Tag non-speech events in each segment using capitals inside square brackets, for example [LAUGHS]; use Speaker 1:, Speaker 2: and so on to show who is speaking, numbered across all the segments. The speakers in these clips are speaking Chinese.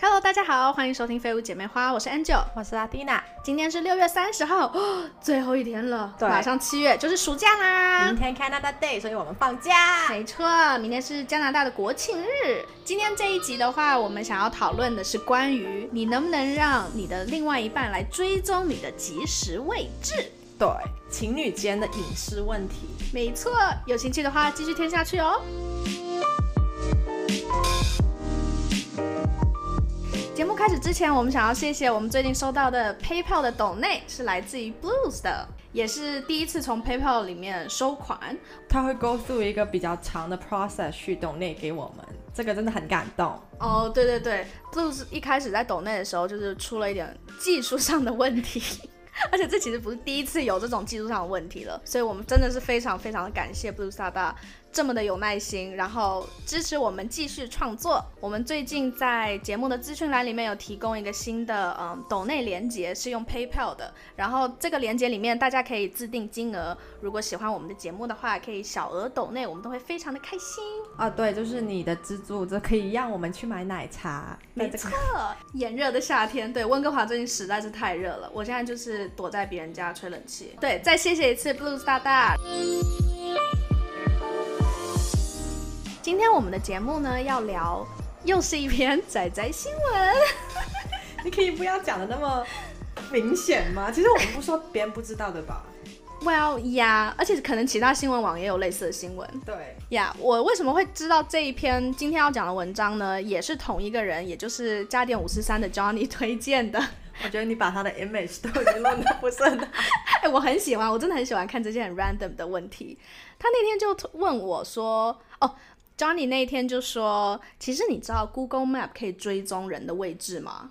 Speaker 1: Hello，大家好，欢迎收听《废物姐妹花》，我是 Angel。
Speaker 2: 我是拉蒂娜，
Speaker 1: 今天是六月三十号、 [GASPS] 哦，最后一天了，
Speaker 2: 对
Speaker 1: 马上七月就是暑假啦
Speaker 2: 明。天 Canada Day，所以我们放假。
Speaker 1: 没错，明天是加拿大的国庆日。今天这一集的话，我们想要讨论的是关于你能不能让你的另外一半来追踪你的即时位置。
Speaker 2: 对，情侣间的隐私问题，
Speaker 1: 没错，有兴趣的话继续听下去哦。节目开始之前，我们想要谢谢我们最近收到的 PayPal 的抖内，是来自于 Blues 的，也是第一次从 PayPal 里面收款。
Speaker 2: 他会 go through 一个比较长的 process 去 donate 给我们，这个真的很感动。
Speaker 1: 哦，对对对，Blues 一开始在抖内的时候，就是出了一点技术上的问题， [LAUGHS] 而且这其实不是第一次有这种技术上的问题了，所以我们真的是非常非常的感谢 Blues 大大这么的有耐心，然后支持我们继续创作。我们最近在节目的资讯栏里面有提供一个新的嗯抖内连接，是用 PayPal 的，然后这个连接里面大家可以自定金额，如果喜欢我们的节目的话，可以小额抖内，我们都会非常的开心。
Speaker 2: 啊，对，就是你的资助，这可以让我们去买奶茶。
Speaker 1: 没
Speaker 2: 但这
Speaker 1: 错
Speaker 2: 个，
Speaker 1: 炎热的夏天，对温哥华最近实在是太热了，我现在就是躲在别人家吹冷气。对，再谢谢一次 Blues 大大。今天我们的节目呢，要聊又是一篇仔仔新闻。
Speaker 2: 你可以不要讲的那么明显 [LAUGHS] 吗？其实我们不说，别人不知道的吧？
Speaker 1: Well 呀，而且可能其他新闻网也有类似的新闻。
Speaker 2: 对，
Speaker 1: 呀我为什么会知道这一篇今天要讲的文章呢？也是同一个人，也就是加点五四三的 Johnny 推荐的。
Speaker 2: 我觉得你把他的 image 都已经弄得不是很好。
Speaker 1: [LAUGHS] 哎、我很喜欢，我真的很喜欢看这些很 random 的问题。他那天就突问我说：“哦，Johnny 那一天就说，其实你知道 Google Map 可以追踪人的位置吗？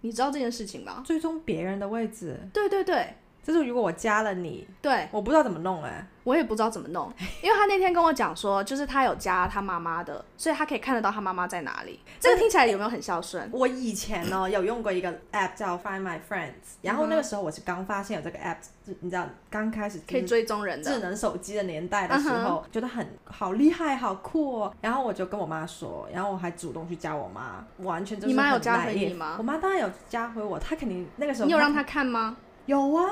Speaker 1: 你知道这件事情吗
Speaker 2: [LAUGHS] 追踪别人的位置，？”
Speaker 1: 对对对
Speaker 2: 就是如果我加了你，
Speaker 1: 对，
Speaker 2: 我不知道怎么弄哎、
Speaker 1: 我也不知道怎么弄，因为他那天跟我讲说，就是他有加他妈妈的，所以他可以看得到他妈妈在哪里。这个听起来有没有很孝 [LAUGHS] 顺？
Speaker 2: 我以前呢有用过一个 app 叫 Find My Friends，然
Speaker 1: 嗯
Speaker 2: 后那个时候我是刚发现有这个 app，就你知道刚开始
Speaker 1: 可以
Speaker 2: 智
Speaker 1: 追踪人
Speaker 2: 智
Speaker 1: 的，嗯
Speaker 2: 能手机的年代的时候觉得很好厉害，好酷哦。然后我就跟我妈说，然后我还主动去加我妈，完全就是
Speaker 1: 你妈有
Speaker 2: 很
Speaker 1: 加
Speaker 2: 耐
Speaker 1: 回你
Speaker 2: 练
Speaker 1: 吗
Speaker 2: 我妈当然有加回我，她肯定那个时候
Speaker 1: 你有让
Speaker 2: 她
Speaker 1: 他看吗？
Speaker 2: 有
Speaker 1: [LAUGHS]
Speaker 2: 啊，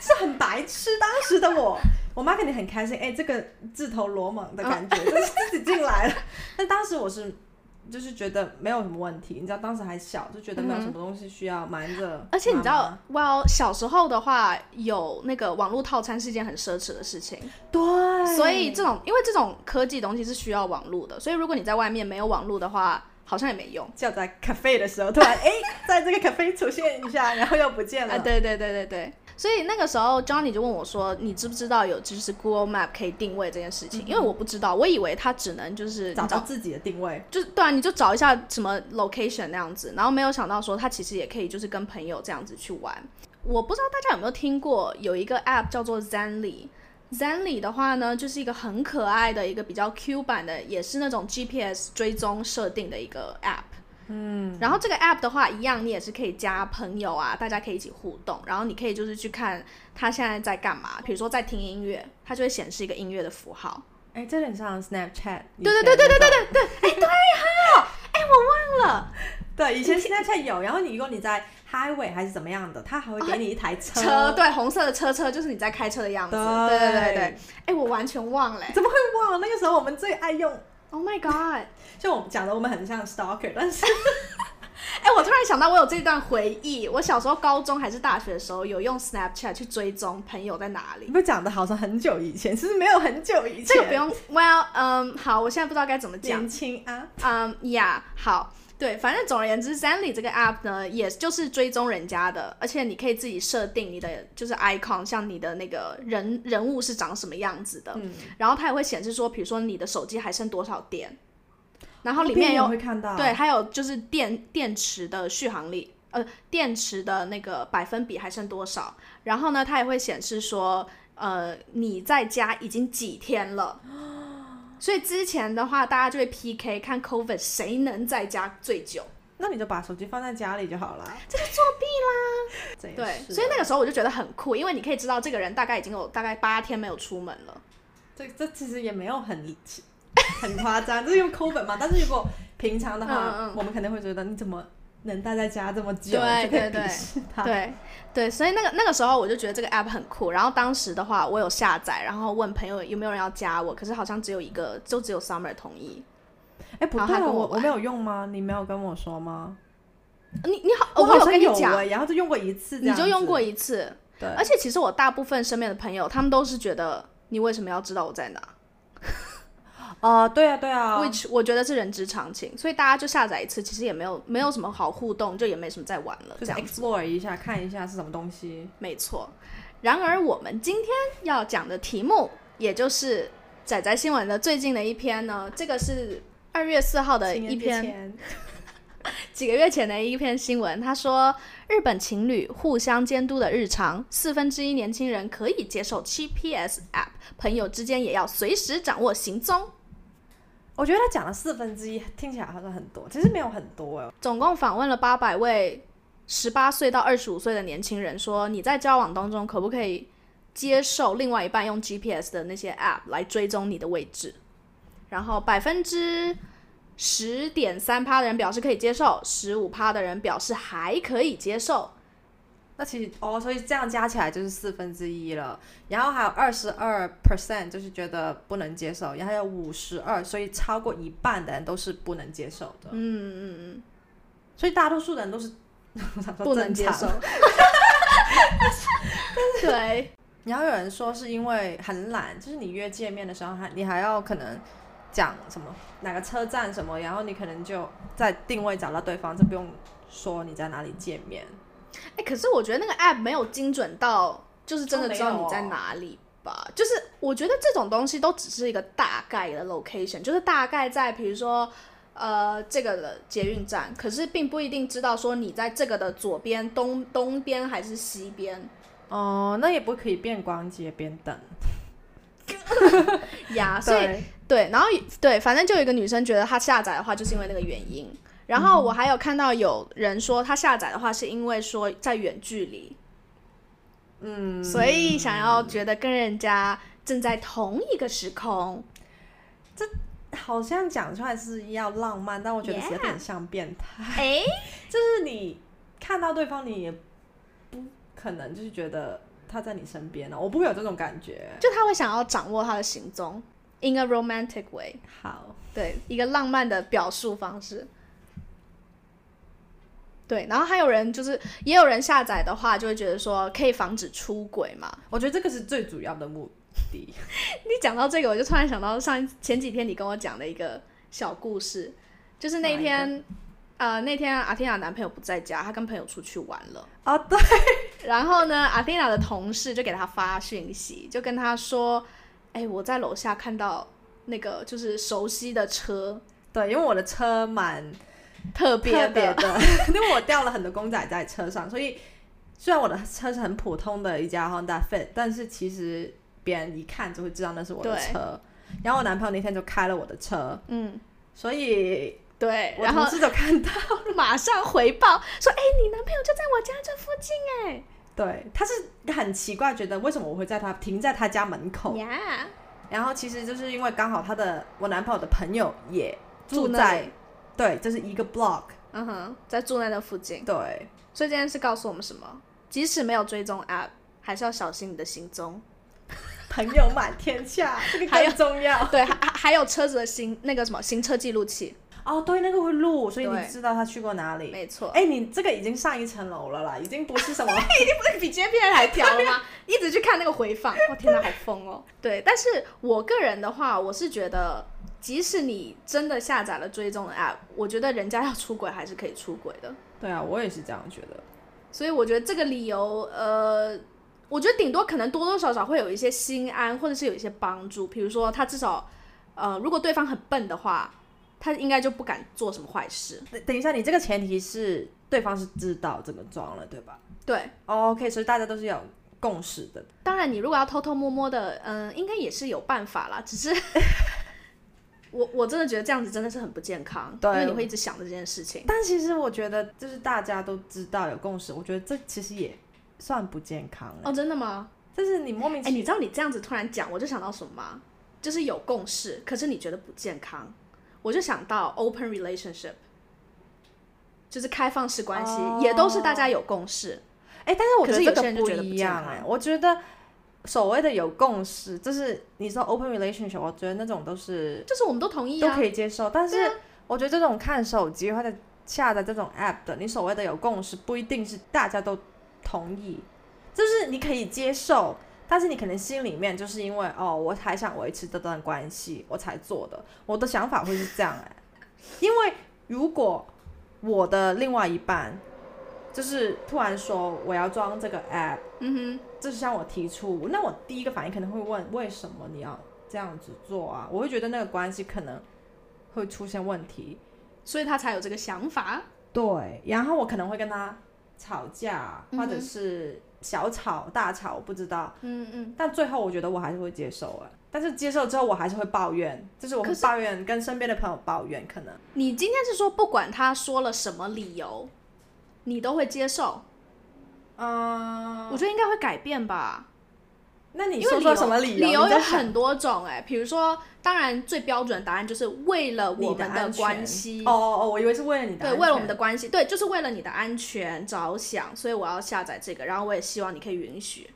Speaker 2: 是很白痴当时的我。我妈肯定很开心，哎、这个自投罗网的感
Speaker 1: 啊
Speaker 2: 觉，就是自己进来了。 [LAUGHS] 但当时我是，就是觉得没有什么问题，你知道，当时还小，就觉得没有什么东西需要瞒着妈妈、
Speaker 1: 而且你知道，Well，小时候的话，有那个网络套餐是一件很奢侈的事情。
Speaker 2: 对，
Speaker 1: 所以这种，因为这种科技东西是需要网络的，所以如果你在外面没有网络的话，好像也没用。
Speaker 2: 就在 cafe 的时候，突然哎、在这个 cafe 出现一下，然后又不见了。
Speaker 1: 啊，对对对对对。所以那个时候，Johnny 就问我说：“你知不知道有就是 Google Map 可以定位这件事情？”
Speaker 2: 嗯
Speaker 1: 因为我不知道，我以为它只能就是
Speaker 2: 找
Speaker 1: 你
Speaker 2: 到
Speaker 1: 找，
Speaker 2: 自己的定位，
Speaker 1: 就是对啊，你就找一下什么 location 那样子，然后没有想到说它其实也可以就是跟朋友这样子去玩。我不知道大家有没有听过有一个 app 叫做 Zenly。Zenly 的话呢，就是一个很可爱的一个比较 Q 版的，也是那种 GPS 追踪设定的一个 app。嗯，然后这个 app 的话，一样你也是可以加朋友啊，大家可以一起互动，然后你可以就是去看他现在在干嘛，比如说在听音乐，它就会显示一个音乐的符号。
Speaker 2: 哎、这有点像 Snapchat。
Speaker 1: 对对对对对对
Speaker 2: 对对啊哎
Speaker 1: 忘了
Speaker 2: [LAUGHS] 对，以前 Snapchat 有，然后你如果你在 highway 还是怎么样的，它还会给你一台哦车。
Speaker 1: 车，对，红色的车车就是你在开车的样子。对对对对，哎，我完全忘了、
Speaker 2: 怎么会忘了？那个时候我们最爱用，
Speaker 1: Oh my god！ [LAUGHS]
Speaker 2: 就我们讲的我们很像 stalker，但 [LAUGHS] 是
Speaker 1: 哎、我突然想到，我有这段回忆。我小时候、高中还是大学的时候，有用 Snapchat 去追踪朋友在哪
Speaker 2: 你
Speaker 1: 里。
Speaker 2: 们讲的好像很久以前，其实没有很久以前。
Speaker 1: 这个不用，Well，嗯，好，我现在不知道该怎么讲
Speaker 2: 年。轻啊，
Speaker 1: 嗯呀，好，对，反正总而言之，Zenly 这个 app 呢，也就是追踪人家的，而且你可以自己设定你的就是 icon，像你的那个人人物是长什么样子的，
Speaker 2: 嗯，
Speaker 1: 然后它也会显示说，比如说你的手机还剩多少电，然后里
Speaker 2: 边
Speaker 1: 面有
Speaker 2: 也会看到，
Speaker 1: 对，，还有就是电电池的续航力，呃，电池的那个百分比还剩多少？然后呢，它也会显示说，呃，你在家已经几天了。所以之前的话，大家就会 PK 看 COVID 谁能在家最久。
Speaker 2: 那你就把手机放在家里就好了，这就作弊啦。
Speaker 1: 对，所以那个时候我就觉得很酷，因为你可以知道这个人大概已经有大概八天没有出门了。
Speaker 2: 这这其实也没有 [LAUGHS] 很很夸张，这是用抠本嘛。但是如果平常的话，
Speaker 1: 嗯嗯
Speaker 2: 我们肯定会觉得你怎么能待在家这么久，
Speaker 1: 对
Speaker 2: 就可以
Speaker 1: 对对
Speaker 2: 鄙视它。
Speaker 1: 对对，所以那个那个时候我就觉得这个 app 很酷，然后当时的话我有下载，然后问朋友有没有人要加我，可是好像只有一个，就只有 Summer 同意。
Speaker 2: 哎，不
Speaker 1: 然后
Speaker 2: 对
Speaker 1: 他
Speaker 2: 啊，
Speaker 1: 跟我
Speaker 2: 我我
Speaker 1: 玩
Speaker 2: 没有用吗？你没有跟我说吗？
Speaker 1: 你你好，哦
Speaker 2: 好
Speaker 1: 有
Speaker 2: 像
Speaker 1: 跟你
Speaker 2: 有
Speaker 1: 讲，
Speaker 2: 哎，然后就用过一次，
Speaker 1: 你就用过，一哎次，
Speaker 2: 对，
Speaker 1: 而且其实我大部分身边的朋友，他们都是觉得你为什么要知道我在哪、
Speaker 2: 啊，对啊，对啊
Speaker 1: w h i，c h 我觉得是人之常情，所以大家就下载一次，其实也没有没有什么好互动，就也没什么在玩了，
Speaker 2: 就
Speaker 1: 这
Speaker 2: 是
Speaker 1: 样
Speaker 2: explore 一下，看一下是什么东西。
Speaker 1: 没错。然而我们今天要讲的题目，也就是仔仔新闻的最近的一篇呢，这个是二月四号的
Speaker 2: 七年
Speaker 1: 一
Speaker 2: 之
Speaker 1: 篇
Speaker 2: 前，
Speaker 1: 几个月前的一篇新闻，他说日本情侣互相监督的日常，四分之一年轻人可以接受 GPS app，朋友之间也要随时掌握行踪。
Speaker 2: 我觉得他讲了四分之一，听起来好像很多，其实没有很多哎。
Speaker 1: 总共访问了八百位十八岁到二十五岁的年轻人，说你在交往当中可不可以接受另外一半用 GPS 的那些 app 来追踪你的位置？然后百分之十点三趴的人表示可以接受，十五趴的人表示还可以接受。
Speaker 2: 那其实哦，所以这样加起来就是四分之一了，然后还有二十二 percent 就是觉得不能接受，然后还有五十二，所以超过一半的人都是不能接受的。嗯嗯嗯，所以大多数人都是 [LAUGHS] 我想说
Speaker 1: 不能
Speaker 2: 正
Speaker 1: 接
Speaker 2: 常
Speaker 1: 受。 [LAUGHS] 对，
Speaker 2: 然后有人说是因为很懒，就是你约见面的时候还你还要可能讲什么哪个车站什么，然后你可能就在定位找到对方，就不用说你在哪里见面。
Speaker 1: 哎，可是我觉得那个 app 没有精准到，就是真的知
Speaker 2: 哦没
Speaker 1: 道
Speaker 2: 有
Speaker 1: 你在哪里吧。就是我觉得这种东西都只是一个大概的 location，就是大概在比如说呃这个的捷运站，可是并不一定知道说你在这个的左边、东东边还是西边
Speaker 2: 哦、那也不可以边逛街边等。
Speaker 1: 呀。所以
Speaker 2: 对
Speaker 1: 对，然后对，反正就有一个女生觉得她下载的话就是因为那个原因。然后我还有看到有人说她下载的话是因为说在远距离，嗯，所以想要觉得跟人家正在同一个时空，
Speaker 2: 好像讲出来是要浪漫，但我觉得是有点像变态。
Speaker 1: 哎，
Speaker 2: 就是你看到对方，你也不可能就是觉得他在你身边啊了、我不会有这种感觉。
Speaker 1: 就她会想要掌握她的行踪，in a romantic way，
Speaker 2: 好，
Speaker 1: 对，一个浪漫的表述方式。对，然后还有人就是，也有人下载的话，就会觉得说可以防止出轨嘛，
Speaker 2: 我觉得这个是最主要的目的。
Speaker 1: 你讲到这个，我就突然想到上一前几天你跟我讲的一个小故事，就是那天，呃，那天阿天雅男朋友不在家，她跟朋友出去玩了。
Speaker 2: 哦，对，
Speaker 1: 然后呢，阿天雅的同事就给她发讯息，就跟她说：“哎、我在楼下看到那个就是熟悉的车，
Speaker 2: 对，因为我的车蛮
Speaker 1: 特别的
Speaker 2: 特别的， [LAUGHS] 因为我掉了很多公仔在车上，所以虽然我的车是很普通的一家 Honda Fit，但是其实别人一看就会知道那是我的
Speaker 1: 对
Speaker 2: 车。然后我男朋友那天就开了我的车，
Speaker 1: 嗯，
Speaker 2: 所以
Speaker 1: 对。
Speaker 2: 我
Speaker 1: 然后
Speaker 2: 同事就看到，
Speaker 1: [LAUGHS] 马上回报说：“哎、你男朋友就在我家这附近
Speaker 2: 对，他是很奇怪，觉得为什么我会在他停在他家门口。
Speaker 1: 呀，
Speaker 2: 然后其实就是因为刚好他的我男朋友的朋友也
Speaker 1: 住
Speaker 2: 住
Speaker 1: 那
Speaker 2: 在
Speaker 1: 里
Speaker 2: 对，就是一个 [LAUGHS] block，
Speaker 1: 嗯哼，在住在那附近。”
Speaker 2: 对，
Speaker 1: 所以这件事告诉我们什么？即使没有追踪 App，还是要小心你的行踪。
Speaker 2: 朋友满天下，这个
Speaker 1: 还有
Speaker 2: 更重要。 [LAUGHS]
Speaker 1: 对，还还还有车子的行那个什么行车记录器，
Speaker 2: 哦，对，那个会录，所以
Speaker 1: 对
Speaker 2: 你知道他去过哪里。
Speaker 1: 没错。
Speaker 2: 哎、你这个已经上一层楼了啦，已经不是 [LAUGHS] 什么
Speaker 1: 比 GPS 还屌了吗？ [LAUGHS] 一直去看那个回放，我、天哪，好疯哦！对，但是我个人的话，我是觉得，即使你真的下载了追踪的 App，我觉得人家要出轨还是可以出轨的。
Speaker 2: 对啊，我也是这样觉得。
Speaker 1: 所以我觉得这个理由，呃，我觉得顶多可能多多少少会有一些心安，或者是有一些帮助。比如说，他至少，呃，如果对方很笨的话，他应该就不敢做什么坏事。
Speaker 2: 等等一下，你这个前提是对方是知道这个装了，对吧、
Speaker 1: 对，
Speaker 2: o OK，所以大家都是有共识的。
Speaker 1: 当然你如果要偷偷摸摸的，嗯、应该也是有办法啦。只是我我真的觉得这样子真的是很不健康，
Speaker 2: 对
Speaker 1: 因为你会一直想着这件事情。
Speaker 2: 但其实我觉得，就是大家都知道有共识，我觉得这其实也算不健康了。
Speaker 1: 哦，真的吗？
Speaker 2: 就是你莫名
Speaker 1: 哎、
Speaker 2: 其
Speaker 1: 你
Speaker 2: 妙、
Speaker 1: 知道你这样子突然讲，我就想到什么吗？就是有共识，可是你觉得不健康，我就想到 open relationship。就是开放式关系，
Speaker 2: 哦
Speaker 1: 也都是大家有共识。
Speaker 2: 哎、但是我
Speaker 1: 可是
Speaker 2: 觉得
Speaker 1: 有些
Speaker 2: 这个
Speaker 1: 人就
Speaker 2: 不
Speaker 1: 觉得不
Speaker 2: 一
Speaker 1: 健
Speaker 2: 样
Speaker 1: 康
Speaker 2: 哎、我觉得所谓的有共识，就是你说 open relationship，我觉得那种都是
Speaker 1: 就是我们都同意
Speaker 2: 都
Speaker 1: 啊
Speaker 2: 可，以接受，但
Speaker 1: 对
Speaker 2: 是我觉得这种看手机或者下载这种 app 的，你所谓的有共识，不一定是大家都同意，就是你可以接受。但是你可能心里面就是因为哦，我还想维持这段关系，我才做的。我的想法会是这样
Speaker 1: [LAUGHS]
Speaker 2: 哎、因为如果我的另外一半就是突然说我要装这个 app，
Speaker 1: 嗯
Speaker 2: 就是向我提出，那我第一个反应可能会问为什么你要这样子做啊？我会觉得那个关系可能会出现问题，
Speaker 1: 哼，所以他才有这个想法。
Speaker 2: 对，然后我可能会跟他吵架，
Speaker 1: 嗯哼
Speaker 2: 或者是小吵大吵，我不知道。
Speaker 1: 嗯嗯，
Speaker 2: 但最后我觉得我还是会接受哎，但是接受之后我还是会抱怨，就是我会
Speaker 1: 可是
Speaker 2: 抱怨跟身边的朋友抱怨，可能
Speaker 1: 你今天是说不管他说了什么理由，你都会接受？
Speaker 2: 嗯，
Speaker 1: 我觉得应该会改变吧。
Speaker 2: 那你
Speaker 1: 因为
Speaker 2: 说
Speaker 1: 理
Speaker 2: 说
Speaker 1: 由
Speaker 2: 什么理由？
Speaker 1: 理由
Speaker 2: 你在
Speaker 1: 有
Speaker 2: 想
Speaker 1: 很多种哎、比如说，当然最标准的答案就是为了我
Speaker 2: 你
Speaker 1: 们
Speaker 2: 安全
Speaker 1: 关系
Speaker 2: 哦，哦哦，我以为是为了你的
Speaker 1: 对，
Speaker 2: 安
Speaker 1: 为了我
Speaker 2: 全
Speaker 1: 们的关系，对，就是为了你的安全着想，所以我要下载这个，然后我也希望你可以允许。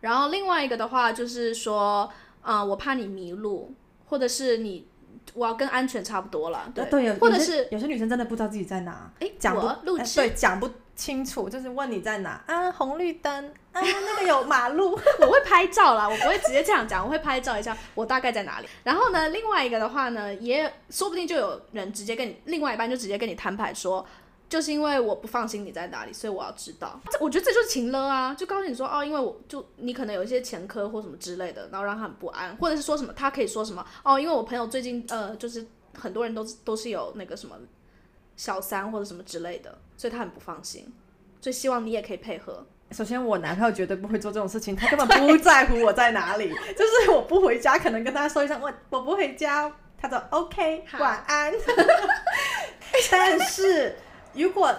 Speaker 1: 然后另外一个的话就是说，嗯、我怕你迷路，或者是你，我要跟安全差不多了，对，
Speaker 2: 啊对，有
Speaker 1: 或者
Speaker 2: 有些
Speaker 1: 是
Speaker 2: 有些女生真的不知道自己在哪，
Speaker 1: 哎，
Speaker 2: 讲不
Speaker 1: 我录
Speaker 2: 哎
Speaker 1: 制，
Speaker 2: 对，讲不清楚，就是问你在哪啊？红绿灯啊，那个有马路，
Speaker 1: 我会拍照啦，我不会直接这样讲，我会拍照一下我大概在哪里。然后呢，另外一个的话呢，也说不定就有人直接跟你另外一半就直接跟你摊牌说。就是因为我不放心你在哪里，所以我要知道。这我觉得这就是情了啊！就告诉你说，哦，因为我就你可能有一些前科或什么之类的，然后让他很不安，或者是说什么，他可以说什么，哦，因为我朋友最近呃，就是很多人都是都是有那个什么小三或者什么之类的，所以他很不放心，所以希望你也可以配合。
Speaker 2: [LAUGHS] 首先，我男朋友绝对不会做这种事情，他根本不在乎我在哪里。就是我不回家，可能跟他说一声我我不回家，他说 OK，
Speaker 1: 好
Speaker 2: 晚安。 [LAUGHS] 但是如果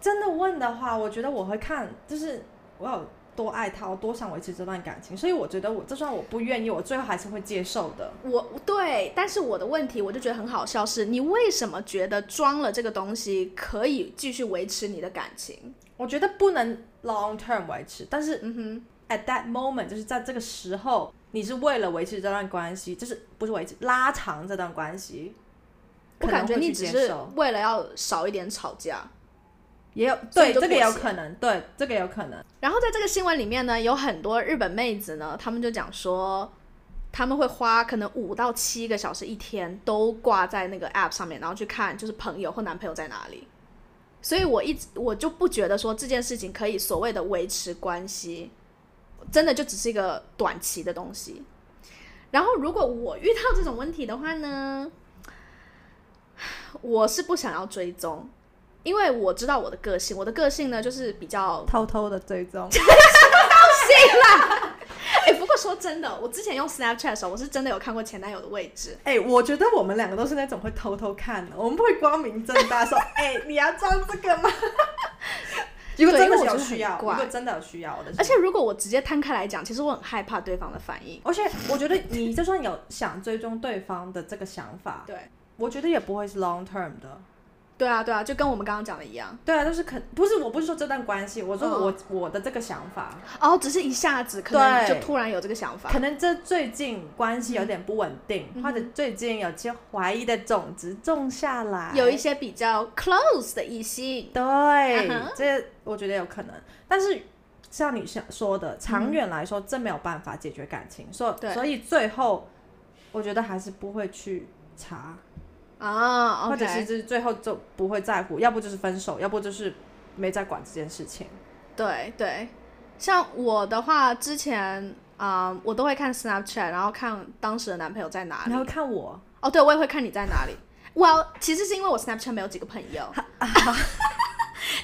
Speaker 2: 真的问的话，我觉得我会看，就是我有多爱他，我多想维持这段感情，所以我觉得我就算我不愿意，我最后还是会接受的。
Speaker 1: 我对，但是我的问题我就觉得很好笑是，你为什么觉得装了这个东西可以继续维持你的感情？
Speaker 2: 我觉得不能 long term 维持，但是
Speaker 1: 嗯哼，
Speaker 2: at that moment 就是在这个时候，你是为了维持这段关系，就是不是维持拉长这段关系，
Speaker 1: 我
Speaker 2: 可能
Speaker 1: 感觉
Speaker 2: 会去
Speaker 1: 你只
Speaker 2: 接
Speaker 1: 是
Speaker 2: 受
Speaker 1: 为了要少一点吵架。
Speaker 2: 也有
Speaker 1: 所以
Speaker 2: 对
Speaker 1: 就
Speaker 2: 这个也有
Speaker 1: 妥协
Speaker 2: 可能，对这个也有可能，
Speaker 1: 然后在这个新闻里面呢，有很多日本妹子呢，她们就讲说，她们会花可能五到七个小时一天都挂在那个 app 上面，然后去看就是朋友或男朋友在哪里。所以我一直我就不觉得说这件事情可以所谓的维持关系，真的就只是一个短期的东西。然后如果我遇到这种问题的话呢，我是不想要追踪，因为我知道我的个性，我的个性呢就是比较
Speaker 2: 偷偷的追踪。
Speaker 1: [LAUGHS] 哎、不过说真的，我之前用 Snapchat 的时候，我是真的有看过前男友的位置。
Speaker 2: [LAUGHS] 哎、我觉得我们两个都是那种会偷偷看的，我们不会光明正大说， [LAUGHS] 哎、你要装这个吗？ [LAUGHS] 如果
Speaker 1: 对
Speaker 2: 真的
Speaker 1: 因为我觉得很
Speaker 2: 是有需要，如
Speaker 1: 怪
Speaker 2: 果真的有需要我的时候，
Speaker 1: 而且如果我直接摊开来讲，其实我很害怕对方的反应。
Speaker 2: 而且我觉得你就算有想追踪对方的这个想法，
Speaker 1: 对，
Speaker 2: 我觉得也不会是 long term 的。
Speaker 1: 对啊，对啊，就跟我们刚刚讲的一样。
Speaker 2: 对啊，就是可不是，我不是说这段关系，我说
Speaker 1: 嗯
Speaker 2: 我、我的这个想法，
Speaker 1: 哦，只是一下子可能你就
Speaker 2: 对
Speaker 1: 突然有这个想法。
Speaker 2: 可能这最近关系有点不稳定，
Speaker 1: 嗯
Speaker 2: 或者最近有些怀疑的种子种下来，
Speaker 1: 有一些比较 close 的异性，
Speaker 2: 对，
Speaker 1: 哼
Speaker 2: 这我觉得有可能，但是。像你想说的，长远来说，真没有办法解决感情，所、
Speaker 1: 对
Speaker 2: 所以最后，我觉得还是不会去查
Speaker 1: 啊
Speaker 2: 或者是
Speaker 1: ，OK，
Speaker 2: 就是最后就不会在乎，要不就是分手，要不就是没再管这件事情。
Speaker 1: 对对。像我的话，之前啊、我都会看 Snapchat，然后看当时的男朋友在哪
Speaker 2: 然后
Speaker 1: 里。
Speaker 2: 看我，
Speaker 1: 哦，对，我也会看你在哪里。Well，其实是因为我 Snapchat 没有几个朋友， [LAUGHS]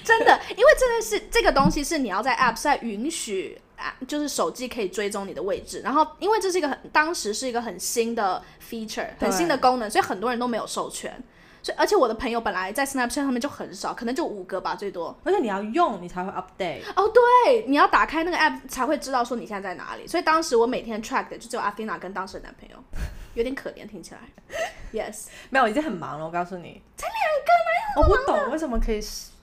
Speaker 1: 真的，因为真的是这个东西是你要在 App 在允许啊，就是手机可以追踪你的位置，然后因为这是一个很当时是一个很新的 feature，很新的功能，所以很多人都没有授权。所以，而且我的朋友本来在 Snapchat 上面就很少，可能就五个吧，最多。
Speaker 2: 而且你要用你才会 update。
Speaker 1: 哦，对，你要打开那个 app 才会知道说你现在在哪里。所以当时我每天 track 的就只有 Athena 跟当时的男朋友，有点可怜，听起来。Yes，
Speaker 2: 啊哦没有，已经很忙了。我告诉你，才两个，我不懂为什么可以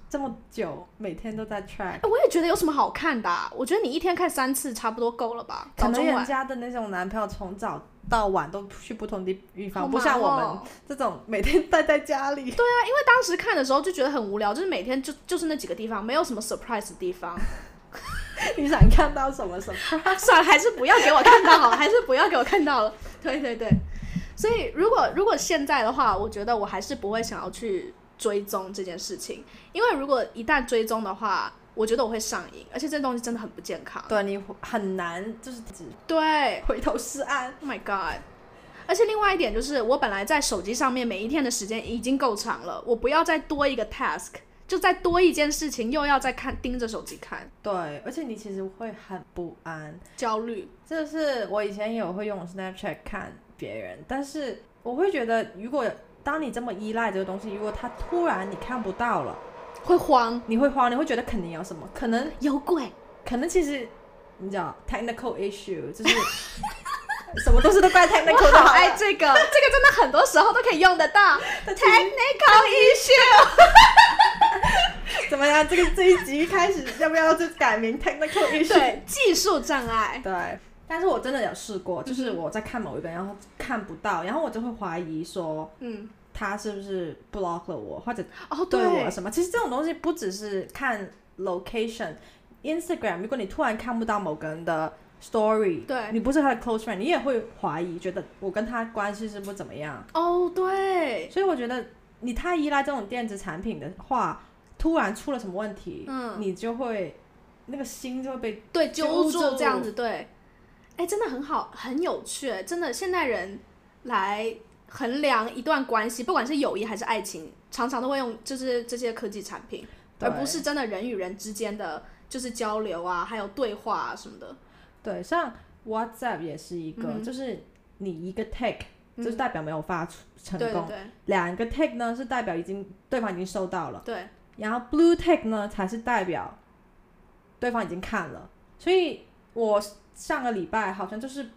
Speaker 2: 这么久，每天都在 track，
Speaker 1: 哎我也觉得有什么好看的啊、我觉得你一天看三次差不多够了吧？
Speaker 2: 可
Speaker 1: 早
Speaker 2: 能
Speaker 1: 中
Speaker 2: 人
Speaker 1: 晚。
Speaker 2: 家的那种男朋友从早到晚都去不同地地
Speaker 1: 好
Speaker 2: 方，不
Speaker 1: 忙
Speaker 2: 像我
Speaker 1: 哦
Speaker 2: 们这种每天待在家里。 [LAUGHS]
Speaker 1: 对啊，因为当时看的时候就觉得很无聊，就是每天就就是那几个地方，没有什么 surprise 的地方。 [LAUGHS]
Speaker 2: 你想看到什么什么？
Speaker 1: 算了，还是不要给我看到好了，还是不要给我看到了。对对对，所以如果如果现在的话，我觉得我还是不会想要去追踪这件事情，因为如果一旦追踪的话，我觉得我会上瘾，而且这东西真的很不健康。
Speaker 2: 对你很难就是只
Speaker 1: 对
Speaker 2: 回头是岸。
Speaker 1: ，Oh my god！而且另外一点就是，我本来在手机上面每一天的时间已经够长了，我不要再多一个 task，就再多一件事情，又要再看盯着手机看，
Speaker 2: 对，而且你其实会很不安。
Speaker 1: 焦虑。
Speaker 2: 这是我以前也会用 Snapchat 看别人，但是我会觉得，如果当你这么依赖这个东西，如果它突然你看不到了，
Speaker 1: 会慌，
Speaker 2: 你会慌，你会觉得肯定有什么，可能
Speaker 1: 有鬼，
Speaker 2: 可能其实你知道 technical issue 就是什么东西都怪 technical
Speaker 1: 我
Speaker 2: 的哎
Speaker 1: 好
Speaker 2: 好
Speaker 1: 爱
Speaker 2: 了，
Speaker 1: 哎这个，这个真的很多时候都可以用得到。
Speaker 2: 但其实
Speaker 1: Technical issue，
Speaker 2: 怎么样？这个这一集一开始要不要就改名 technical issue？
Speaker 1: 对，技术障碍。
Speaker 2: 对。但是我真的有试过，就是我在看某一个，然后看不到，然后我就会怀疑说
Speaker 1: 嗯，
Speaker 2: 他是不是 block 了我，或者
Speaker 1: 哦，
Speaker 2: 对我
Speaker 1: 对，
Speaker 2: 什么？其实这种东西不只是看 location。Instagram，如果你突然看不到某个人的 story，
Speaker 1: 对
Speaker 2: 你不是他的 close friend，你也会怀疑，觉得我跟他关系是不是怎么样。
Speaker 1: 哦，对，
Speaker 2: 所以我觉得你太依赖这种电子产品的话，突然出了什么问题，
Speaker 1: 嗯
Speaker 2: 你就会那个心就会被
Speaker 1: 对，揪
Speaker 2: 揪
Speaker 1: 住
Speaker 2: 住
Speaker 1: 这样子，对。哎，真的很好，很有趣，真的。现代人来衡量一段关系，不管是友谊还是爱情，常常都会用就是这些科技产品，而不
Speaker 2: 对
Speaker 1: 是真的人与人之间的就是交流啊，还有对话啊什么的。
Speaker 2: 对，像 WhatsApp 也是一个，
Speaker 1: 嗯哼
Speaker 2: 就是你一个 take。
Speaker 1: 嗯
Speaker 2: 就是代表没有发出成
Speaker 1: 对对
Speaker 2: 功，
Speaker 1: 对
Speaker 2: 两个 take 呢是代表已经对方已经收到了，
Speaker 1: 对，
Speaker 2: 然后 blue tick 呢才是代表对方已经看了，所以我上个礼拜好像就是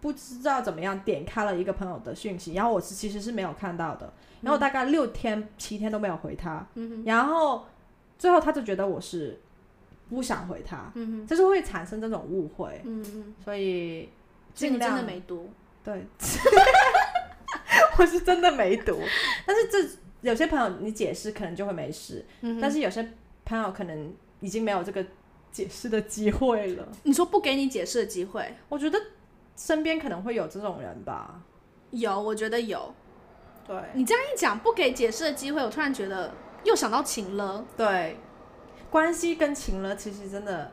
Speaker 2: 不知道怎么样点开了一个朋友的讯息，然后我是其实是没有看到的，然后我大概六天七天都没有回他，
Speaker 1: 嗯哼，
Speaker 2: 然后最后他就觉得我是不想回他，
Speaker 1: 嗯哼，
Speaker 2: 就是会产生这种误会，
Speaker 1: 嗯嗯，
Speaker 2: 所以
Speaker 1: 所以你
Speaker 2: 尽
Speaker 1: 真的
Speaker 2: 量嗯
Speaker 1: 没读，嗯
Speaker 2: 对， [LAUGHS] 我是真的没读，但是这有些朋友你解释可能就会没事，
Speaker 1: 嗯
Speaker 2: 但
Speaker 1: 哼，
Speaker 2: 是有些朋友可能已经没有这个解释的机会了。
Speaker 1: 你说不给你解释的机会，
Speaker 2: 我觉得身边可能会有这种人吧。
Speaker 1: 有，我觉得有。
Speaker 2: 对
Speaker 1: 你这样一讲，不给解释的机会，我突然觉得又想到情了。
Speaker 2: 对，关系跟情了其实真的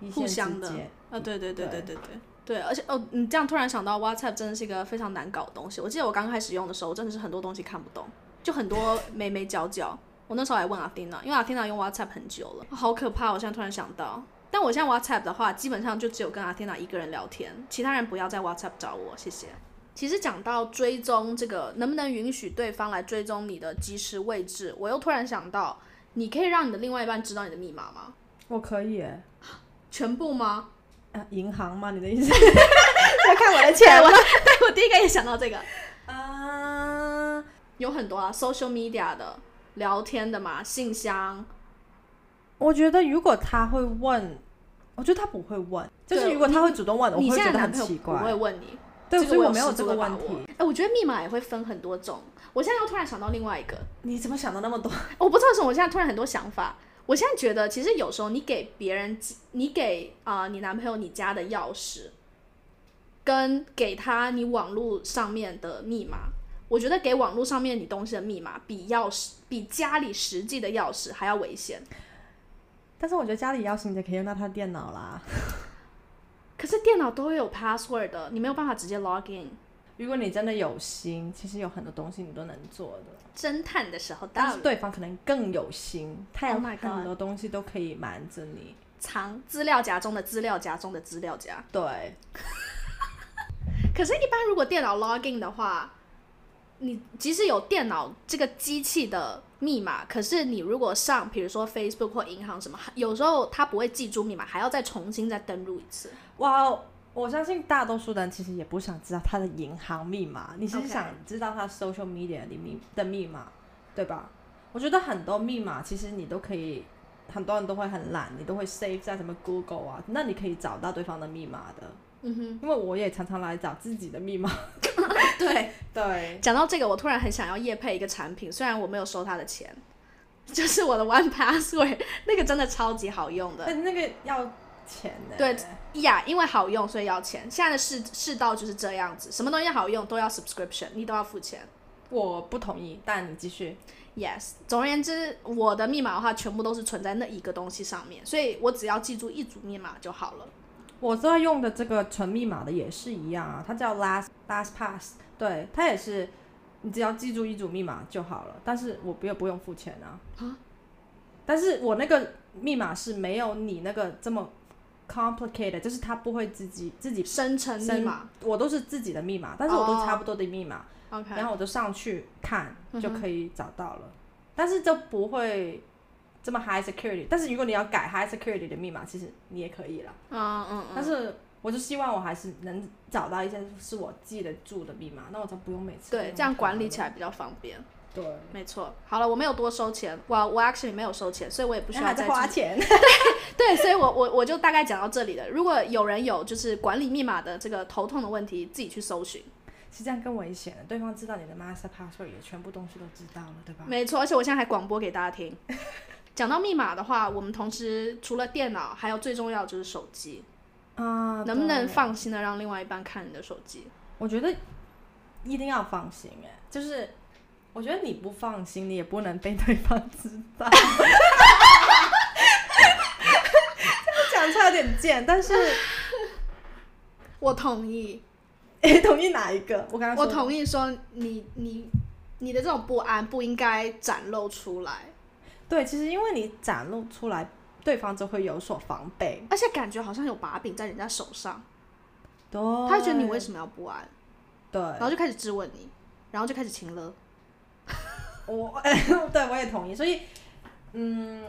Speaker 2: 一线
Speaker 1: 互相
Speaker 2: 之
Speaker 1: 的
Speaker 2: 间。
Speaker 1: 啊，对对对对
Speaker 2: 对
Speaker 1: 对对对，而且哦，你这样突然想到 WhatsApp 真的是一个非常难搞的东西。我记得我刚开始用的时候，真的是很多东西看不懂，就很多眉眉角角。我那时候还问阿 Tina，因为阿 Tina 用 WhatsApp 很久了，好可怕！我现在突然想到，但我现在 WhatsApp 的话，基本上就只有跟阿 Tina 一个人聊天，其他人不要在 WhatsApp 找我，谢谢。其实讲到追踪这个，能不能允许对方来追踪你的即时位置？我又突然想到，你可以让你的另外一半知道你的密码吗？
Speaker 2: 我可以耶，
Speaker 1: 全部吗？
Speaker 2: 啊，银行吗？你的意思？要看我的钱 [LAUGHS]
Speaker 1: 我
Speaker 2: 吗？
Speaker 1: 对我第一个也想到这个，
Speaker 2: 啊，
Speaker 1: 有很多啊，social media 的聊天的嘛，信箱，
Speaker 2: 我觉得如果他会问，我觉得他不会问，就是
Speaker 1: 对
Speaker 2: 如果他会主动问，我
Speaker 1: 你
Speaker 2: 会
Speaker 1: 现
Speaker 2: 觉
Speaker 1: 在
Speaker 2: 得
Speaker 1: 男
Speaker 2: 很
Speaker 1: 朋友
Speaker 2: 奇
Speaker 1: 不会
Speaker 2: 怪。
Speaker 1: 问你，
Speaker 2: 对，
Speaker 1: 这
Speaker 2: 所
Speaker 1: 个
Speaker 2: 以
Speaker 1: 我
Speaker 2: 我没有
Speaker 1: 这
Speaker 2: 这
Speaker 1: 个
Speaker 2: 个
Speaker 1: 把
Speaker 2: 问
Speaker 1: 握
Speaker 2: 题。。
Speaker 1: 哎，我觉得密码也会分很多种，我现在又突然想到另外一个，
Speaker 2: 你怎么想到那么多？
Speaker 1: 我不知道为什么，我现在突然很多想法。我现在觉得，其实有时候你给别人，你给啊、呃你男朋友你家的钥匙，跟给他你网络上面的密码，我觉得给网络上面你东西的密码，比钥匙比家里实际的钥匙还要危险。
Speaker 2: [LAUGHS] 但是我觉得家里钥匙你就可以用到他的电脑啦。
Speaker 1: 可是电脑都会有 password 的，你没有办法直接 log in。
Speaker 2: 如果你真的有心，其实有很多东西你都能做的，
Speaker 1: 侦探的时候
Speaker 2: 但
Speaker 1: 到
Speaker 2: 是
Speaker 1: 了，
Speaker 2: 对方可能更有心，他有
Speaker 1: Oh my god
Speaker 2: 很多东西都可以瞒着你。
Speaker 1: 藏资料夹中的资料夹中的资料夹。
Speaker 2: 对，
Speaker 1: 可是，一般如果电脑 log in 的话，你即使有电脑这个机器的密码，可是你如果上，比如说 Facebook 或银行什么，有时候它不会记住密码，还要再重新再登录一次。
Speaker 2: 哇、我相信大多数人其实也不想知道他的银行密码，你是
Speaker 1: OK
Speaker 2: 想知道他 social media 的密的密码，对吧？我觉得很多密码其实你都可以，很多人都会很懒，你都会 save 在什么 Google 啊，那你可以找到对方的密码的。
Speaker 1: 嗯哼，
Speaker 2: 因为我也常常来找自己的密码。
Speaker 1: 对。
Speaker 2: 对，
Speaker 1: 讲到这个，我突然很想要夜配一个产品，虽然我没有收他的钱， [LAUGHS] 就是我的 One Password 那个真的超级好用的。
Speaker 2: 但那个要钱的。
Speaker 1: 对呀因为好用所以要钱。现在的世世道就是这样子，什么东西好用都要 subscription，你都要付钱。
Speaker 2: 我不同意，但你继续。
Speaker 1: Yes，总而言之，我的密码的话，全部都是存在那一个东西上面，所以我只要记住一组密码就好了。
Speaker 2: 我在用的这个纯密码的也是一样啊，它叫 Last Last Pass，对，它也是，你只要记住一组密码就好了。但是我不用不用付钱啊。
Speaker 1: 啊
Speaker 2: 但是我那个密码是没有你那个这么 complicated，就是它不会自己自己
Speaker 1: 生成密
Speaker 2: 生
Speaker 1: 码
Speaker 2: 我都是自己的密码，但是我都
Speaker 1: 哦
Speaker 2: 差不多的密码
Speaker 1: ，OK，
Speaker 2: 然后我就上去看
Speaker 1: 嗯哼
Speaker 2: 就可以找到了，但是就不会这么 high security。但是如果你要改 high security 的密码，其实你也可以啦。
Speaker 1: 嗯嗯
Speaker 2: 但
Speaker 1: 嗯，
Speaker 2: 是我就希望我还是能找到一些是我记得住的密码，那我就不用每次
Speaker 1: 对，这样管理起
Speaker 2: 来。
Speaker 1: 来比较方便。
Speaker 2: 对，
Speaker 1: 没错，好了，我没有多收钱，我我 actually 没有收钱，所以我也不需
Speaker 2: 那还
Speaker 1: 要
Speaker 2: 在
Speaker 1: 再
Speaker 2: 花
Speaker 1: 继
Speaker 2: 钱。 [LAUGHS]
Speaker 1: 对，所以我我我就大概讲到这里了。如果有人有就是管理密码的这个头痛的问题，自己去搜寻。
Speaker 2: 是这样更危险的，对方知道你的 master password 也全部东西都知道了，对吧？
Speaker 1: 没错，而且我现在还广播给大家听。讲到密码的话，我们同时除了电脑，还有最重要的就是手机，
Speaker 2: 啊，
Speaker 1: 能不能
Speaker 2: 对
Speaker 1: 放心的让另外一半看你的手机？
Speaker 2: 我觉得一定要放心哎，就是我觉得你不放心，你也不能被对方知道。这样讲出来有点贱，但是 [LAUGHS]
Speaker 1: 我同意，
Speaker 2: 诶，同意哪一个？我刚刚
Speaker 1: 我
Speaker 2: 说
Speaker 1: 同意说你你你的这种不安不应该展露出来，
Speaker 2: 对，其实因为你展露出来，对方就会有所防备。
Speaker 1: 而且感觉好像有把柄在人家手上，
Speaker 2: 哦
Speaker 1: 他
Speaker 2: 对，
Speaker 1: 就觉得你为什么要不安，
Speaker 2: 对
Speaker 1: 然后就开始质问你，然后就开始情了。
Speaker 2: 我 [LAUGHS] 对我也同意，所以嗯，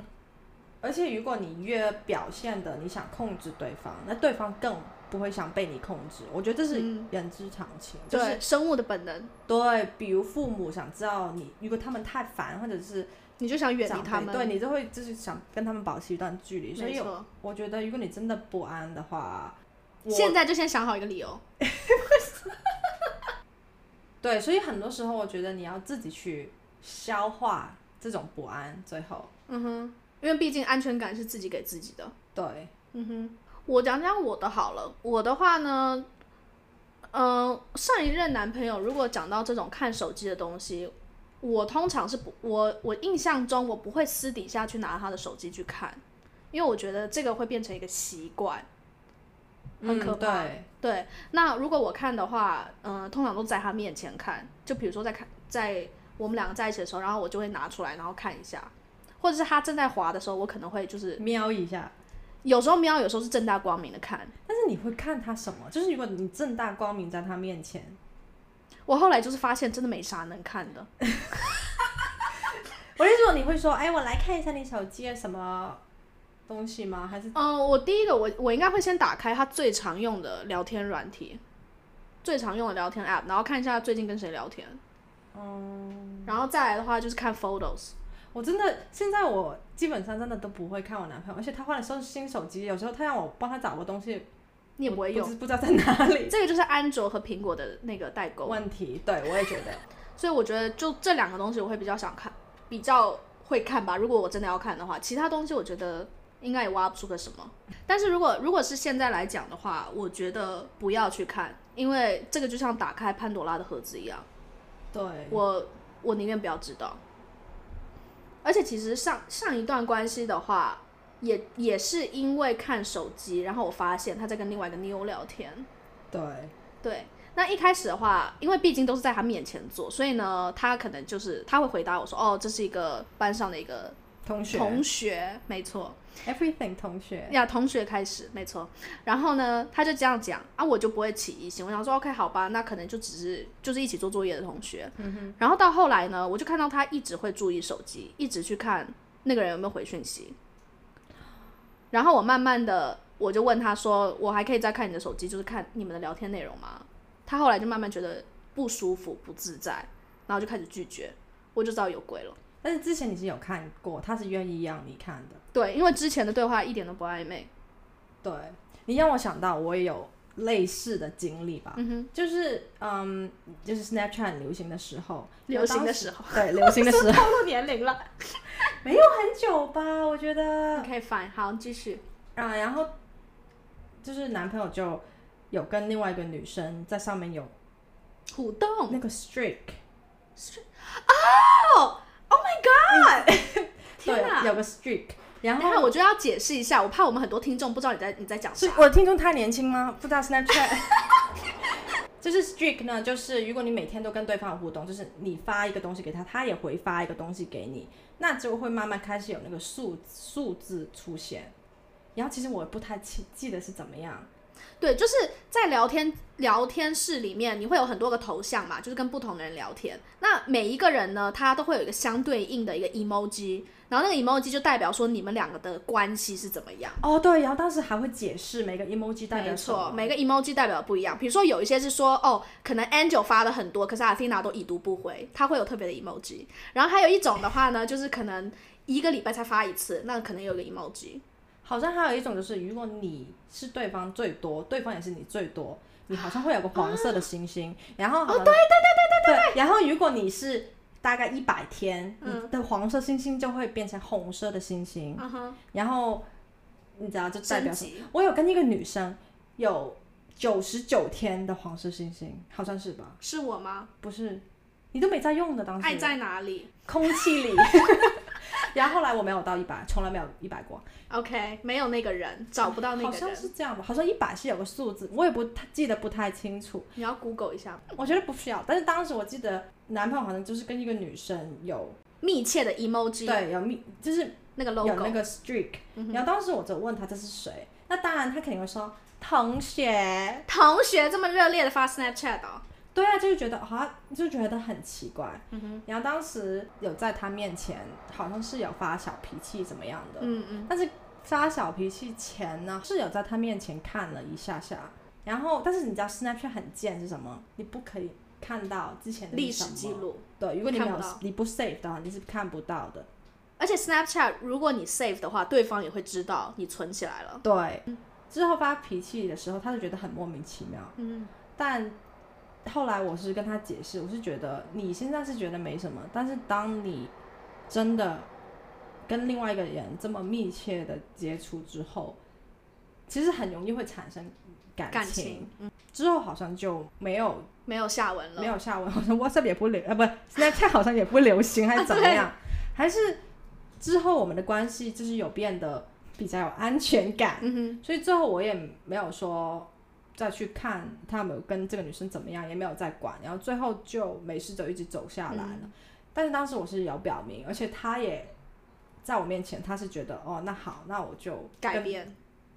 Speaker 2: 而且如果你越表现的你想控制对方，那对方更不会想被你控制。我觉得这是
Speaker 1: 嗯
Speaker 2: 人之常情，就
Speaker 1: 对，
Speaker 2: 是
Speaker 1: 生物的本能，
Speaker 2: 对，比如父母想知道你，如果他们太烦或者是
Speaker 1: 你就想远
Speaker 2: 长
Speaker 1: 离他
Speaker 2: 辈
Speaker 1: 们。
Speaker 2: 对你就会就是想跟他们保持一段距离。所
Speaker 1: 没
Speaker 2: 以
Speaker 1: 错。
Speaker 2: 我觉得，如果你真的不安的话，我
Speaker 1: 现在就先想好一个理由。
Speaker 2: 对，所以很多时候我觉得你要自己去消化这种不安，最后
Speaker 1: 嗯哼，因为毕竟安全感是自己给自己的。
Speaker 2: 对，
Speaker 1: 嗯哼，我讲讲我的好了。我的话呢，嗯、上一任男朋友如果讲到这种看手机的东西，我通常是不，我我印象中我不会私底下去拿他的手机去看，因为我觉得这个会变成一个习惯。很可怕
Speaker 2: 嗯、
Speaker 1: 对，那如果我看的话，嗯、通常都在他面前看，就比如说在看在我们两个在一起的时候，然后我就会拿出来，然后看一下，或者是他正在滑的时候，我可能会就是
Speaker 2: 对，瞄一下。
Speaker 1: 有时候瞄，有时候是正大光明的看。
Speaker 2: 但是你会看他什么？就是如果你正大光明在他面前，
Speaker 1: 我后来就是发现真的没啥能看的，
Speaker 2: 我的意思说你会说，哎，我来看一下你手机的什么东西吗？还是
Speaker 1: 嗯、我第一个我我应该会先打开他最常用的聊天软体，最常用的聊天 app，然后看一下他最近跟谁聊天，
Speaker 2: 哦
Speaker 1: 嗯，然后再来的话就是看 photos，
Speaker 2: 我真的现在我基本上真的都不会看我男朋友，而且他换了手新手机，有时候他让我帮他找个东西，
Speaker 1: 你也不会
Speaker 2: 我
Speaker 1: 用
Speaker 2: 不，知不知道在哪里。
Speaker 1: 这个就是安卓和苹果的那个代沟。
Speaker 2: 问题，对我也觉
Speaker 1: [LAUGHS]
Speaker 2: 得，
Speaker 1: 所以我觉得就这两个东西我会比较想看，比较会看吧。如果我真的要看的话，其他东西我觉得应该也挖不出个什么。但是如果如果是现在来讲的话，我觉得不要去看，因为这个就像打开潘朵拉的盒子一样，
Speaker 2: 对，
Speaker 1: 我我宁愿不要知道。而且其实上上一段关系的话，也也是因为看手机，然后我发现他在跟另外一个妞聊天，
Speaker 2: 对，
Speaker 1: 对，那一开始的话，因为毕竟都是在他面前做，所以呢，他可能就是他会回答我说：“哦，这是一个班上的一个
Speaker 2: 同学
Speaker 1: 同学，没错，
Speaker 2: e v e r y t h i n g 同学，
Speaker 1: 呀，同学开始，没错。”然后呢，他就这样讲啊，我就不会起疑心，我想说 OK，好吧，那可能就只是就是一起做作业的同学。嗯、然后到后来呢，我就看到他一直会注意手机，一直去看那个人有没有回讯息。然后我慢慢的，我就问他说：“我还可以再看你的手机，就是看你们的聊天内容吗？”他后来就慢慢觉得不舒服、不自在，然后就开始拒绝，我就知道有鬼了。
Speaker 2: 但是之前你是有看过，他是愿意让你看的。
Speaker 1: 对，因为之前的对话一点都不暧昧。
Speaker 2: 对你让我想到我也有类似的经历吧，
Speaker 1: 嗯哼，
Speaker 2: 就是嗯，就是 Snapchat 很流行的时候，
Speaker 1: 流行的时候，
Speaker 2: 候，对，流
Speaker 1: [LAUGHS]
Speaker 2: 行的 [LAUGHS] 时候
Speaker 1: 暴露年龄了。
Speaker 2: 很久吧，我觉得
Speaker 1: OK fine，好，继续。
Speaker 2: 啊，然后就是男朋友就有跟另外一个女生在上面有
Speaker 1: 互动
Speaker 2: 那个 streak，
Speaker 1: 天哪！
Speaker 2: 对，有个 streak，然
Speaker 1: 等
Speaker 2: 后
Speaker 1: 一下我就要解释一下，我怕我们很多听众不知道你在你在讲
Speaker 2: 是
Speaker 1: 啥。
Speaker 2: 我的听众太年轻吗？不知道 Snapchat。就是 streak 呢，就是如果你每天都跟对方有互动，就是你发一个东西给他，他也回发一个东西给你，那就会慢慢开始有那个数数字出现。然后其实我也不太记记得是怎么样，
Speaker 1: 对，就是在聊天聊天室里面，你会有很多个头像嘛，就是跟不同的人聊天。那每一个人呢，他都会有一个相对应的一个 emoji，然后那个 emoji 就代表说你们两个的关系是怎么样。
Speaker 2: 哦，对，然后当时还会解释每个 emoji 代表
Speaker 1: 没
Speaker 2: 什么
Speaker 1: 错，每个 emoji 代表不一样。比如说有一些是说，哦，可能 Angel 发了很多，可是 Athena 都已读不回，它会有特别的 emoji。然后还有一种的话呢，就是可能一个礼拜才发一次，那可能有一个 emoji。
Speaker 2: 好像还有一种就是，如果你是对方最多，对方也是你最多，你好像会有个黄色的星星，然后哦，对对对对对对然后如果你是大概一百天，你的黄色星星就会变成红色的星星，
Speaker 1: 嗯哼，
Speaker 2: 然后你知道就代表
Speaker 1: 升
Speaker 2: 什么？
Speaker 1: 级。
Speaker 2: 我有跟一个女生有九十九天的黄色星星，好像是吧？
Speaker 1: 是我吗？
Speaker 2: 不是，你都没在用的当时。
Speaker 1: 爱在哪里
Speaker 2: 空气里。 [LAUGHS] 然后后来我没有到一百，从来没有一百过。
Speaker 1: ？OK，没有那个人，找不到那
Speaker 2: 好
Speaker 1: 个
Speaker 2: 像
Speaker 1: 人。
Speaker 2: 是这样吧，好像一百是有个数字，我也不太记得不太清楚。
Speaker 1: 你要 Google 一下
Speaker 2: 我觉得不需要，但是当时我记得男朋友好像就是跟一个女生有
Speaker 1: 密切的 emoji
Speaker 2: 对有密，就是
Speaker 1: 那个
Speaker 2: 有
Speaker 1: logo。嗯
Speaker 2: 那个 streak，、然后当时我就问他这是谁，那当然他肯定会说同学。
Speaker 1: 同学这么热烈的发 Snapchat 哦，
Speaker 2: 对啊，就是觉得好像就觉得很奇怪。
Speaker 1: 嗯
Speaker 2: 然后当时有在他面前好像是有发小脾气怎么样的，
Speaker 1: 嗯嗯，
Speaker 2: 但是发小脾气前呢，是有在他面前看了一下下，然后但是你知道 Snapchat 很贱是什么？你不可以看到之前的
Speaker 1: 历
Speaker 2: 是什
Speaker 1: 史
Speaker 2: 么
Speaker 1: 记。录。
Speaker 2: 对，如果你没
Speaker 1: 看
Speaker 2: 有
Speaker 1: 不到嗯
Speaker 2: 你不 save 的话，你是看不到的。
Speaker 1: 而且 Snapchat 如果你 save 的话，对方也会知道你存起来了。
Speaker 2: 对，之后发脾气的时候，他就觉得很莫名其妙。
Speaker 1: 嗯。
Speaker 2: 但后来我是跟他解释，我是觉得你现在是觉得没什么，但是当你真的跟另外一个人这么密切的接触之后，其实很容易会产生感
Speaker 1: 感情
Speaker 2: 之后好像就没有
Speaker 1: 没有下文了。
Speaker 2: 没有下文，好像 WhatsApp 也不流啊，不 Snapchat 好像也不流行，还是怎么样？还是之后我们的关系就是有变得比较有安全感，
Speaker 1: 嗯哼，
Speaker 2: 所以最后我也没有说再去看他们跟这个女生怎么样，也没有再管，然后最后就没事就一直走下来了。但是当时我是有表明，而且他也在我面前，他是觉得哦，那好，那我就
Speaker 1: 改
Speaker 2: 跟
Speaker 1: 变，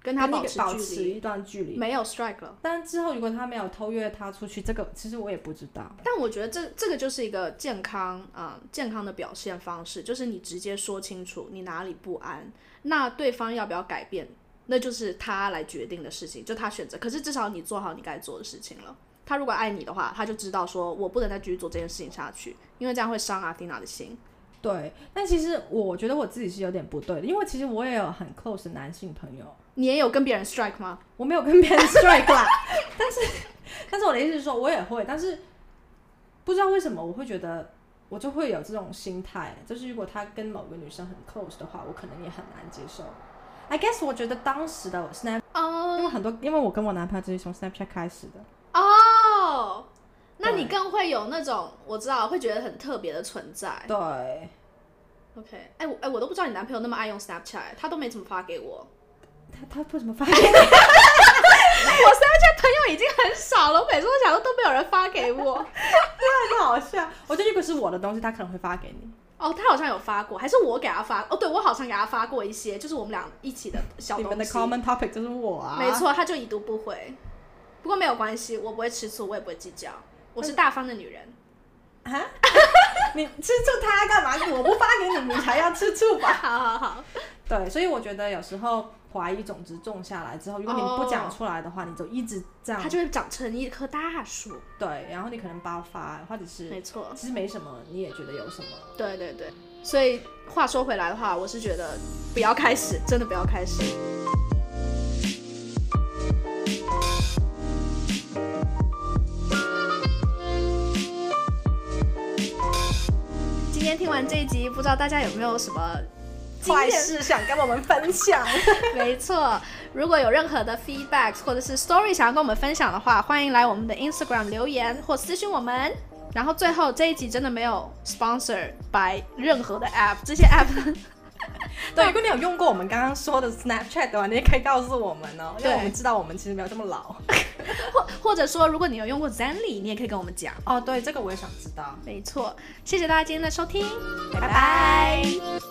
Speaker 1: 跟
Speaker 2: 跟
Speaker 1: 他
Speaker 2: 你
Speaker 1: 保持
Speaker 2: 保
Speaker 1: 距
Speaker 2: 持
Speaker 1: 离，
Speaker 2: 一段距离。
Speaker 1: 没有 strike 了。
Speaker 2: 但之后如果他没有偷约他出去，这个其实我也不知道。
Speaker 1: 但我觉得这这个就是一个健康啊、呃健康的表现方式，就是你直接说清楚你哪里不安，那对方要不要改变，那就是他来决定的事情，就他选择。可是至少你做好你该做的事情了。他如果爱你的话，他就知道说我不能再继续做这件事情下去，因为这样会伤阿蒂娜的心。
Speaker 2: 对，但其实我觉得我自己是有点不对的，因为其实我也有很 close 的男性朋友，
Speaker 1: 你也有跟别人 strike 吗？
Speaker 2: 我没有跟别人 strike 啦，但是但是我的意思是说，我也会，但是不知道为什么我会觉得我就会有这种心态，就是如果他跟某个女生很 close 的话，我可能也很难接受。I guess 我觉得当时的 Snap，
Speaker 1: 哦、
Speaker 2: 因为很多，因为我跟我男朋友就是从 Snapchat 开始的，
Speaker 1: 哦，那
Speaker 2: 对
Speaker 1: 你更会有那种我知道会觉得很特别的存在。
Speaker 2: 对，
Speaker 1: OK，哎、我哎、我都不知道你男朋友那么爱用 Snapchat，他都没怎么发给我，
Speaker 2: 他他为什么发 [LAUGHS] 现？
Speaker 1: 朋友已经很少了。我每次都想说都没有人发给我。 [LAUGHS]
Speaker 2: 很好笑，我觉得如果是我的东西，他可能会发给你。
Speaker 1: 哦，他好像有发过，还是我给他发？哦，对，我好像给他发过一些，就是我们俩一起的小
Speaker 2: 你们
Speaker 1: 东
Speaker 2: 的
Speaker 1: 西。
Speaker 2: common topic 就是我啊，
Speaker 1: 没错，他就已读不回。不过没有关系，我不会吃醋，我也不会计较，我是大方的女人。 [LAUGHS]
Speaker 2: 啊，你吃醋他干嘛？我不发给你，你才要吃醋吧？
Speaker 1: 好好好，
Speaker 2: 对，所以我觉得有时候怀疑种子种下来之后，如果你不讲出来的话，你就一直这样
Speaker 1: 哦它就会长成一棵大树。
Speaker 2: 对，然后你可能爆发，或者是
Speaker 1: 没错，
Speaker 2: 其实没什么，你也觉得有什么。
Speaker 1: 对对对。所以话说回来的话，我是觉得不要开始，真的不要开始。今天听完这一集，不知道大家有没有什么经
Speaker 2: 坏
Speaker 1: 验
Speaker 2: 事想跟我们分享， [LAUGHS]
Speaker 1: [LAUGHS] 没错，如果有任何的 feedback 或者是 story 想要跟我们分享的话，欢迎来我们的 Instagram 留言或私信我们。然后最后这一集真的没有 sponsor by 任何的 app，这些 app [LAUGHS]
Speaker 2: 对，如果你有用过我们刚刚说的 Snapchat 的话，你也可以告诉我们哦，
Speaker 1: 对
Speaker 2: 让我们知道我们其实没有这么老。
Speaker 1: 或或者说如果你有用过 Zenly，你也可以跟我们讲。
Speaker 2: 哦，对，这个我也想知道。
Speaker 1: 没错，谢谢大家今天的收听，拜
Speaker 2: 拜
Speaker 1: 拜
Speaker 2: 拜